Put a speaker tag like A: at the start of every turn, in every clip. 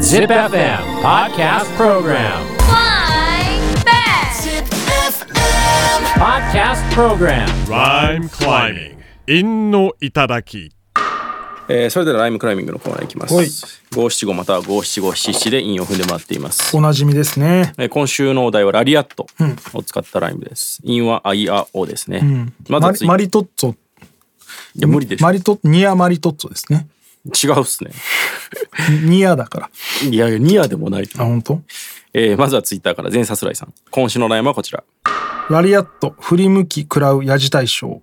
A: Zip FM Podcast Program.
B: Flying back.
A: Podcast Program.
C: Rhyme climbing. 陰の頂き。
D: えーそれではライムクライミングのコーナーいきます。
E: はい
D: 五七五または五七五七七で韻を踏んでもらっています。
E: おなじみですね。
D: えー今週のお題はラリアットを使ったライムです。韻はあいあおですね。まず
E: マリ
D: つい
E: マリトッツォ。
D: いや無理でしょ。
E: マリトニアマリトッツォですね。
D: 違うっすね。
E: ニアだから。
D: いやいやニアでもない。
E: あ、本当？
D: えーまずはツイッターから全さすらいさん。今週のライムはこちら。
E: ラリアット、振り向き、食らう、やじ大将。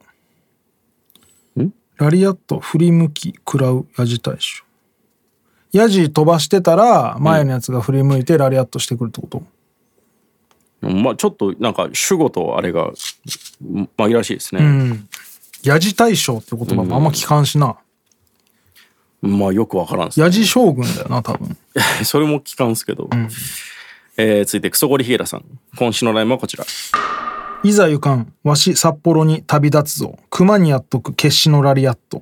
E: ラリアット、振り向き、食らう、やじ大将。やじ飛ばしてたら、前のやつが振り向いてラリアットしてくるってこと、
D: まあちょっとなんか主語とあれがうん紛らわしいですね。
E: やじ大将って言葉もあんま聞かんしな。
D: まあよくわからんっす。
E: やじ将軍だよな、多分。
D: それも聞かんすけど。えー続いてクソゴリヒゲラさん。今週のライムはこちら。
E: いざ行かん、わし札幌に旅立つぞ。熊にやっとく決死のラリアット。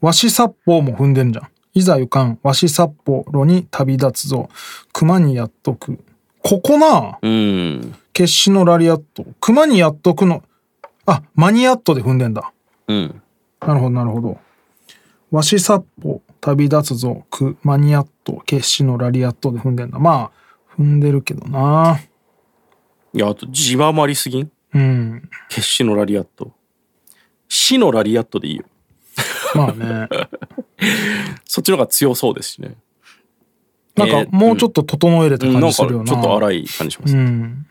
E: わし札幌も踏んでんじゃん。いざ行かん、わし札幌に旅立つぞ。熊にやっとく。ここな、
D: うん。
E: 決死のラリアット。熊にやっとくの、あ、マニアットで踏んでんだ。
D: うん。
E: なるほど、なるほど。わし札幌、旅立つぞ。く、マニアット、決死のラリアットで踏んでんだ。まあ、踏んでるけどな。
D: いや、あと字余りすぎん
E: うん。
D: 決死のラリアット。死のラリアットでいいよ。
E: まあね。
D: そっちの方が強そうですしね。
E: なんかもうちょっと整えれた
D: うん
E: 感
D: なん
E: じ
D: かちょ
E: するよ
D: っ
E: な。
D: と荒い感じします。
E: うん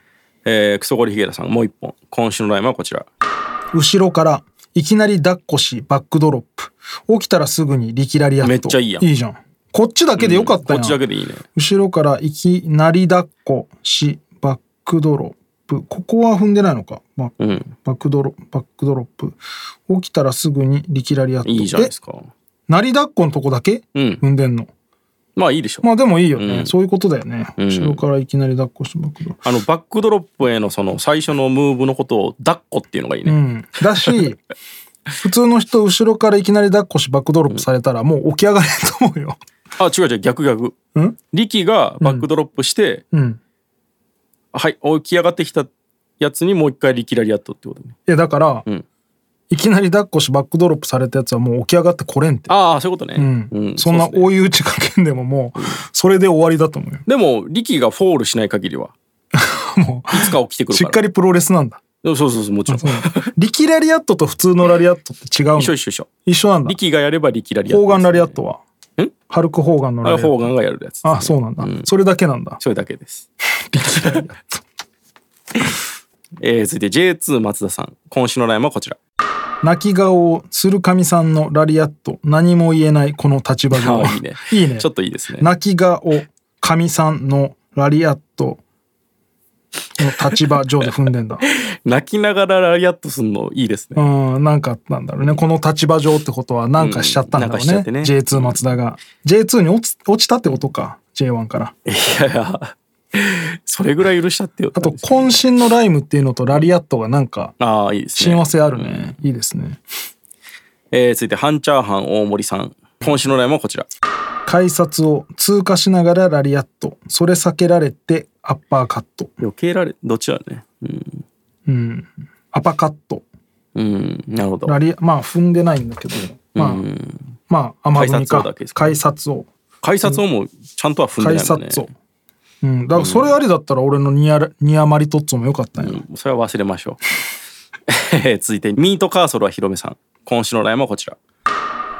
D: えークソゴリヒゲラさん、もう一本。今週のラインはこちら。
E: 後ろからいきなり抱っこしバックドロップ。起きたらすぐに力ラリアット。
D: めっちゃいいやん
E: いいじゃん。こっちだけでよかった
D: こっ
E: やん。
D: ちだけでいいね。
E: 後ろからいきなり抱っこしバックドロップ。ここは踏んでないのか。バッ
D: うん。
E: バックドロバックドロップ。起きたらすぐに力ラリアット。
D: いいじゃないですか。
E: えなり抱っこのとこだけ
D: うん。
E: 踏んでんの。
D: まあいいでしょう。
E: まあでもいいよね。
D: うん
E: そういうことだよね。
D: うん
E: 後ろからいきなり抱っこしバックドロップ。
D: あの、バックドロップへのその最初のムーブのことを抱っこっていうのがいいね。
E: うん、だし普通の人後ろからいきなり抱っこしバックドロップされたらもう起き上がれると思うよ。
D: あ、違う違う、逆逆。
E: うん
D: 力がバックドロップして、
E: うん、
D: はい、起き上がってきたやつにもう一回力ラリアットってことね。
E: いやだから、
D: ん
E: いきなり抱っこしバックドロップされたやつはもう起き上がってこれんって。
D: ああ、そういうことね。
E: うんそん
D: う
E: な
D: っすね
E: 追い打ちかけんでももうそれで終わりだと思うよ。
D: でも、力がフォールしない限りは、
E: も
D: いつか起きてく
E: う
D: る
E: し
D: か
E: っ
D: ら。
E: かりプロレスなんだ。
D: そうそうそう、もちろん。
E: 力ラリアットと普通のラリアットって違うの
D: 一緒一緒一緒。
E: 一緒なんだ。
D: 力がやれば力ラリアット。
E: 砲丸ラリアッ。トは
D: ん
E: ハルク・ホーガンの
D: あ
E: ラ
D: れ、
E: リア
D: フォ
E: ッ
D: ー
E: ト。
D: ガンがやるやつ。
E: あそうなんだ、それだけなんだ。
D: それだけ です。えー、続いて J2 松田さん。今週のラインはこちら。
E: 泣き顔を鶴神さんのラリアット何も言えないこの立場上
D: ああ、いいね
E: 。いいね
D: ちょっといいですね。
E: 泣き顔神さんのラリアットの立場上で踏んでんだ
D: 泣きながらラリアットすんのいいです
E: う
D: ね。
E: んなんかあったんだろうねこの立場上ってことはなんかしちゃったんだろ
D: うんなんかしちゃっ
E: う
D: て
E: ね,、
D: ね
E: J2 松田が J2 に落ち落ちたってことか J1 から
D: いやいや、 それぐらい許したってよ。
E: あと渾身のライムっていうのとラリアットがなんか
D: ああ、いいですね。
E: 親和性あるねいいですね
D: えー、続いて、ハンチャーハン大森さん。今週のラインはこちら。
E: 改札を通過しながらラリアットそれ避けられてアッパーカット
D: 避けられ、どっちだね。うん。
E: うん、アパカット
D: うん、なるほど。
E: ラリアまあ踏んでないんだけど、まあ、
D: うん。
E: まあ甘踏
D: 改
E: み
D: 札王
E: か
D: だけですか
E: 改札を
D: 改札をもうちゃんとは踏んで
E: 改
D: ないもんね。
E: 札を、うん、だからそれありだったら俺のニアラニアマリトッツォもよかったんや、
D: うんそれは忘れましょう。 えー続いて、ミートカーソルはヒロメさん。今週のラインはこちら。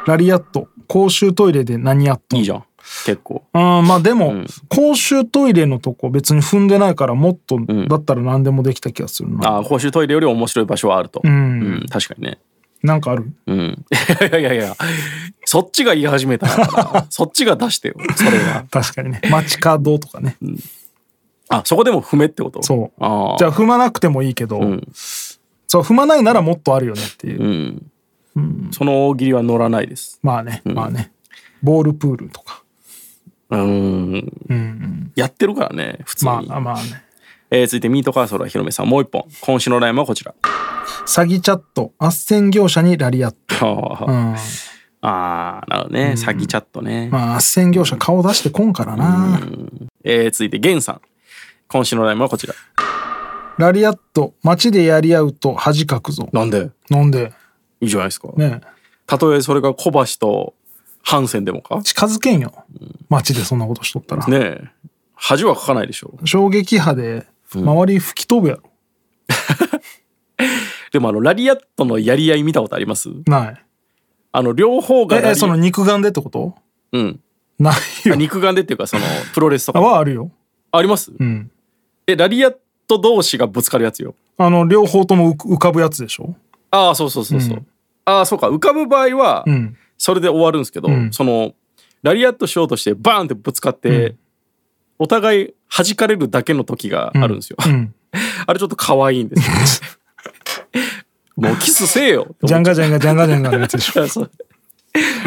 E: ラリアット公衆トイレで何やった
D: いいじゃん。結構。
E: うんまあでも、公衆トイレのとこ別に踏んでないからもっとだったら何でもできた気がするな、
D: ああ、公衆トイレより面白い場所はあると。
E: ん
D: うん、確かにね。
E: なんかある
D: うん。 いやいやいや、そっちが言い始めた から、そっちが出してよ、それは。
E: 確かにね街角とかね、
D: あ、そこでも踏めってこと
E: そう
D: ああ。
E: じゃあ踏まなくてもいいけど、
D: ん
E: そう踏まないならもっとあるよねっていう、
D: うん。その大喜利は乗らないです。
E: まあね、まあねボールプールとか
D: うん。やってるからね、普通に。
E: まあまあね
D: えー続いてミートカーソルはヒロメさん、もう一本。今週のラインはこちら。
E: 詐欺チャット、斡旋業者にラリアット。
D: あー
E: うん、
D: ああ、なるほどね。詐欺チャットね。
E: まあ、斡旋業者顔出してこんからな。
D: えー、続いて、ゲンさん。今週のライムはこちら。
E: ラリアット、街でやり合うと恥かくぞ。
D: なんで
E: なんで、
D: いいじゃないですか。
E: ねえ、
D: たとえそれが小橋とハンセンでもか
E: 近づけんよ。街でそんなことしとったら。
D: ねえ。恥はかかないでしょ。
E: 衝撃波で、周り吹き飛ぶやろ。
D: でもあの、ラリアットのやり合い見たことあります
E: ない。
D: あの、両方がラリ
E: え、え、その肉眼でってこと
D: うん。
E: ない
D: あ
E: よ。
D: 肉眼でっていうか、その、プロレスとか。
E: あはあるよ。
D: あります
E: うん。
D: え、ラリアット同士がぶつかるやつよ。
E: あの、両方とも浮浮かぶやつでしょ
D: ああ、そうそうそうそう。
E: うん
D: ああ、そうか。浮かぶ場合は
E: う、ん。
D: それで終わるんですけど、
E: ん
D: その、ラリアットしようとして、バーンってぶつかって、お互い弾かれるだけの時があるんですよ。
E: うん。
D: あれちょっと可愛いんです よもうキスせえよって
E: ジャ
D: 思
E: ン
D: っ
E: ガジャンガジャンガジャンガのやつでしょ。
D: ちゃう そう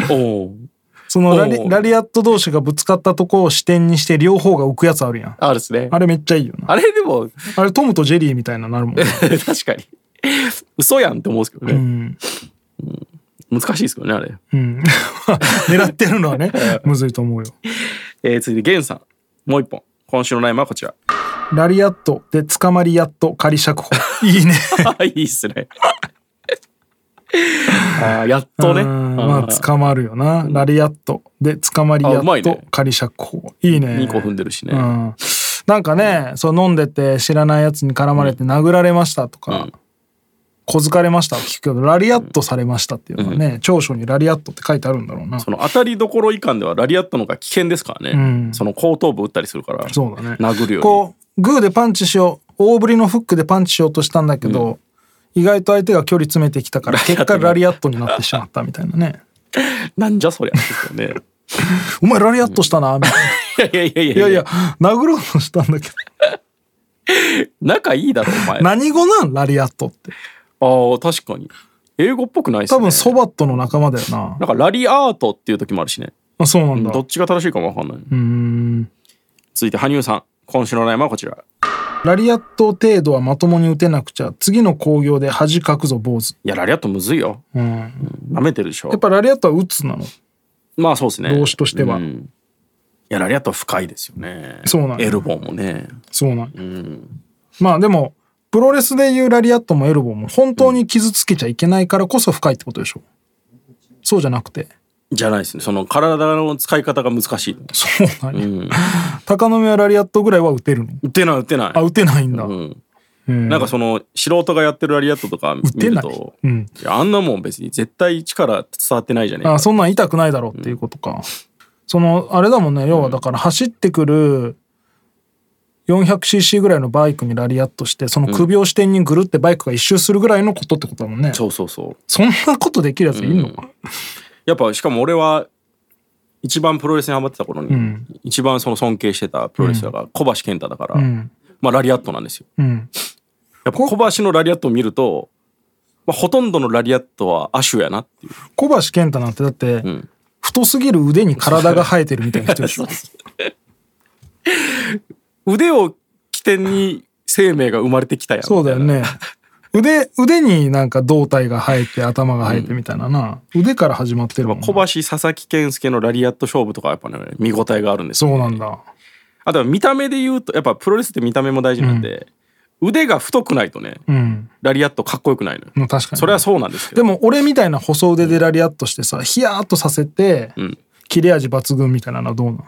D: おう
E: その
D: お
E: ラリ
D: う
E: ラリアット同士がぶつかったとこを視点にして両方が浮くやつあるやん。
D: あるですね。
E: あれめっちゃいいよな。
D: あれでも
E: あれトムとジェリーみたいなのなるもんな。
D: 確かに嘘やんって思うんですけど
E: う
D: ね、
E: ん。
D: 難しいですけどねあれ、
E: うん。 狙ってる のはね、むずいと思うよ。
D: えー、続いてゲンさんもう一本今週のラインはこち ら
E: ラリアットで捕まりやっと仮釈放。いいね。
D: あいいっすね あーやっとね
E: うんまあ
D: ー
E: 捕まるよな。ラリアットで捕まり
D: あ
E: や
D: うま
E: っ
D: い
E: と
D: ね
E: 仮釈放。いいね。
D: 二個踏んでるしね、
E: うん、なんかねそう飲んでて知らないやつに絡まれて殴られましたとか、
D: うん
E: 小づかれましたは聞くけどラリアットされましたっていうのはね、長所にラリアットって書いてあるんだろうな
D: その当たりどころ以下ではラリアットの方が危険ですからね、
E: うん
D: その後頭部打ったりするから
E: そうだね
D: 殴るより
E: こうグーでパンチしよう大振りのフックでパンチしようとしたんだけど、意外と相手が距離詰めてきたから結果ラリアットになってしまったみたいな ね
D: なんじゃそりゃですよね
E: お前ラリアットしたなみたいない
D: やいやいやいや
E: いやいや殴ろうとしたんだけど
D: 仲いいだろお前
E: 何語なんラリアットって
D: ああ、確かに。英語っぽくないっすね。
E: 多分ソバットの仲間だよな
D: なんかラリアートっていう時もあるしね。
E: あそうなんだ
D: どっちが正しいかもわかんない。
E: うん
D: 続いて、羽生さん。今週のラインはこちら。
E: ラリアット程度はまともに打てなくちゃ次の興行で恥かくぞ坊主、
D: いや、ラリアットむずいよ。
E: うん、
D: 舐めてるでしょ
E: やっ。ぱラリアットは打つなの
D: まあそうですね。
E: 動詞としては
D: うんいや、ラリアットは深いですよね。
E: そうなんや
D: エルボーもね。
E: そうなん、
D: うん。
E: まあでもプロレスでいうラリアットもエルボーも本当に傷つけちゃいけないからこそ深いってことでしょそうじゃなくて
D: じゃないですね。その体の使い方が難しい。
E: そうなんや、
D: うん。
E: 高野目はラリアットぐらいは打てるの
D: 打てない、打てない
E: あ。打てないんだ、
D: うん。
E: うん
D: なんかその、素人がやってるラリアットとか
E: 打
D: 見
E: て
D: る
E: ない
D: と、
E: うん
D: いやあんなもん別に絶対力伝わってないじゃねえか
E: あそんなん痛くないだろうっていうことか、そのあれだもんね要はだから走ってくる 400cc ぐらいのバイクにラリアットしてその首を支点にぐるってバイクが一周するぐらいのことってことだもんね、
D: そうそうそう。
E: そんなことできるやついんのか、
D: やっぱしかも俺は一番プロレスにハマってた頃に、
E: ん
D: 一番その尊敬してたプロレスラーが小橋健太だから、
E: うん
D: まあラリアットなんですよ。
E: うん
D: やっぱ小橋のラリアットを見ると、まあ、ほとんどのラリアットは亜種やなっていう。
E: 小橋健太なんてだって、
D: ん
E: 太すぎる腕に体が生えてるみたいな人で しょ
D: 腕を起点に生命が生まれてきたやん。
E: そうだよ
D: みたいな。
E: ね腕腕になんか胴体が生えて頭が生えてみたいなな、腕から始まってるもんな
D: 小橋佐々木健介のラリアット勝負とかやっぱね見応えがあるんですよ
E: そうなんだ
D: あとは見た目で言うとやっぱプロレスって見た目も大事なんで、腕が太くないとね
E: うん
D: ラリアットかっこよくないのよ、
E: まあ確かに
D: それはそうなんですけど
E: でも俺みたいな細腕でラリアットしてさヒヤーっとさせて、
D: ん
E: 切れ味抜群みたいなのはどうなん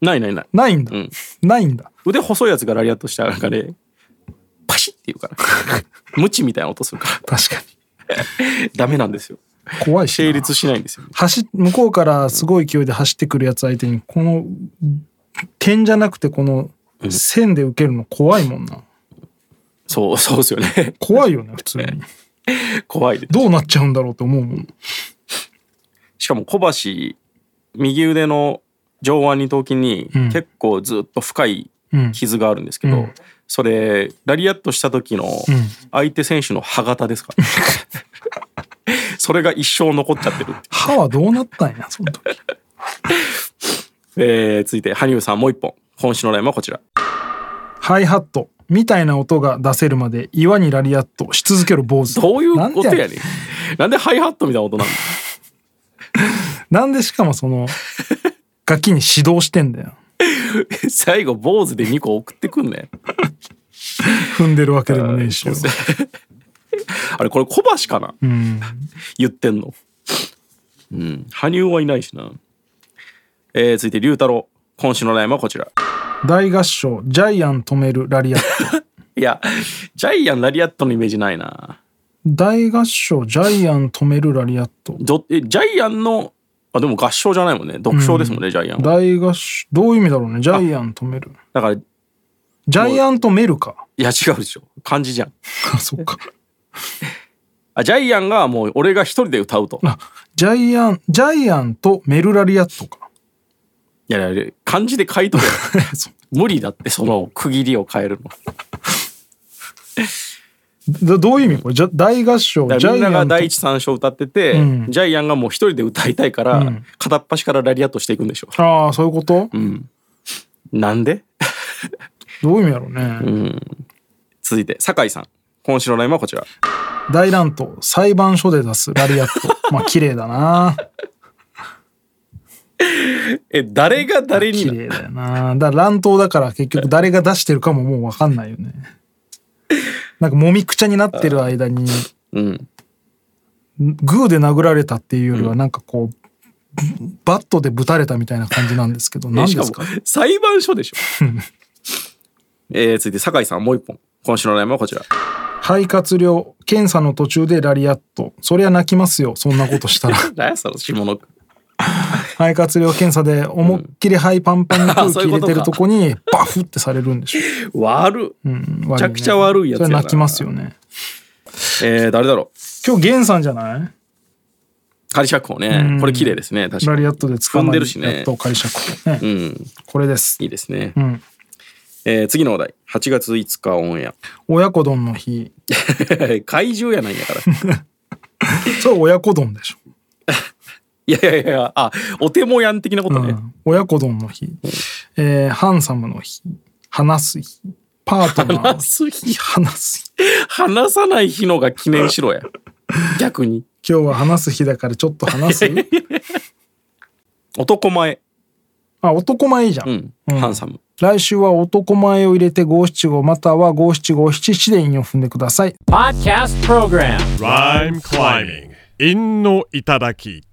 D: ないないない
E: ないんだ、
D: ん
E: ないんだ
D: 腕細いやつがラリアットしたらなんかねパシッっていう からムチみたいな音するか
E: 確か
D: らダメなんですよ
E: に怖いしな
D: 成立しないんですよね
E: 走向こうからすごい勢いで走ってくるやつ相手にこの点じゃなくてこの線で受けるの怖いもんな
D: そうそうですよね
E: 怖いよね普通に
D: 怖いで
E: どうなっちゃうんだろうって思うもん
D: しかも小橋右腕の上腕二頭筋に
E: ん
D: 結構ずっと深い
E: うん
D: 傷があるんですけど、
E: うん
D: それラリアットした時の相手選手の歯型ですから、 それが一生残っちゃってるって
E: 歯はどうなったんやその時
D: えー、続いて羽生さんもう一本今週のラインはこちら
E: ハイハットみたいな音が出せるまで岩にラリアットし続ける坊主
D: どういう
E: なん
D: こ
E: で
D: と
E: やね
D: や
E: ん
D: ねん。なんでハイハットみたいな音なんだ
E: なんでしかもそのガキに指導してんだよ
D: 最後坊主で2個送ってくんね
E: 踏んでるわけでもねえしよ
D: あれこれ小橋かな
E: うん
D: 言ってんのうん羽生はいないしなえー、続いて龍太郎今週の悩みはこちら
E: 大合唱ジャイアン止めるラリアット
D: いやジャイアンラリアットのイメージないな
E: 大合唱ジャイアン止めるラリアット
D: どえジャイアンのあでも合唱じゃないもんね独唱ですもんね、ジャイアンは
E: 大合唱どういう意味だろうねジャイアン止める
D: だからい
E: ジャイアントメルか
D: や違うでしょ漢字じゃん
E: あそっか
D: あジャイアンがもう俺が一人で歌うと
E: あジャイアンジャイアンとメルラリアットか
D: いやいや漢字で書い とけ
E: そ
D: 無理だってその区切りを変えるの
E: どどういう意味これじゃ大合唱
D: だ
E: ジ
D: から
E: ャ
D: みん
E: イ
D: なが
E: アンと
D: 第一三章歌ってて、
E: うん
D: ジャイアンがもう一人で歌いたいから、片っ端からラリアットしていくんでしょ
E: ああそういうこと、
D: なんで
E: どういう意味だろうね、
D: 続いて酒井さん今週のラインはこちら
E: 大乱闘裁判所で出すラリアットまあ綺麗だな
D: え誰が誰に
E: 綺
D: な
E: 麗だよなだから乱闘だから結局誰が出してるかももう分かんないよねなんかもみくちゃになってる間に
D: うん
E: グーで殴られたっていうよりはなんかこうバットでぶたれたみたいな感じなんですけど
D: え
E: 何
D: し
E: で
D: か
E: す
D: も
E: か
D: 裁判所でしょ えー続いて酒井さんもう一本今週のラインはこちら
E: 肺活量検査の途中でラリアットそりゃ泣きますよそんなこ としたら
D: 何やその下の句
E: 肺活量検査で思いっきり肺パンパンに空気入れてるとこに バフってされるんでしょ
D: 悪っ、
E: め
D: ちゃくちゃ悪いやつや
E: そ
D: な
E: れ泣きますよね
D: えー誰だろ
E: 今日ゲンさんじゃない
D: 仮釈放ね、これ綺麗ですね確か
E: ラ
D: に
E: リアットで捕
D: 踏ん
E: ま
D: で
E: え
D: る
E: る
D: しね
E: やっと仮釈放ね、
D: うん
E: これです
D: いいですね、
E: ん
D: えー次のお題8月5日オンエア
E: 親子丼の日
D: 怪獣やないんやから
E: それ親子丼でしょ、
D: いやいやいやあお手もやん的なこと
E: う
D: ね、
E: ん、親子丼の日、えーハンサムの日話す日パートナーの
D: 話
E: 日
D: す日
E: 話す
D: 話さない日のが記念しろや逆に
E: 日今日は話す日だからちょっと話 す
D: 男前
E: あ男前いいじゃん、
D: うん、
E: うん
D: ハンサム
E: 来週は男前を入れて五七五または五七五七七で韻を踏んでください
A: Podcast Program
C: Rhyme climbing. 陰の頂き。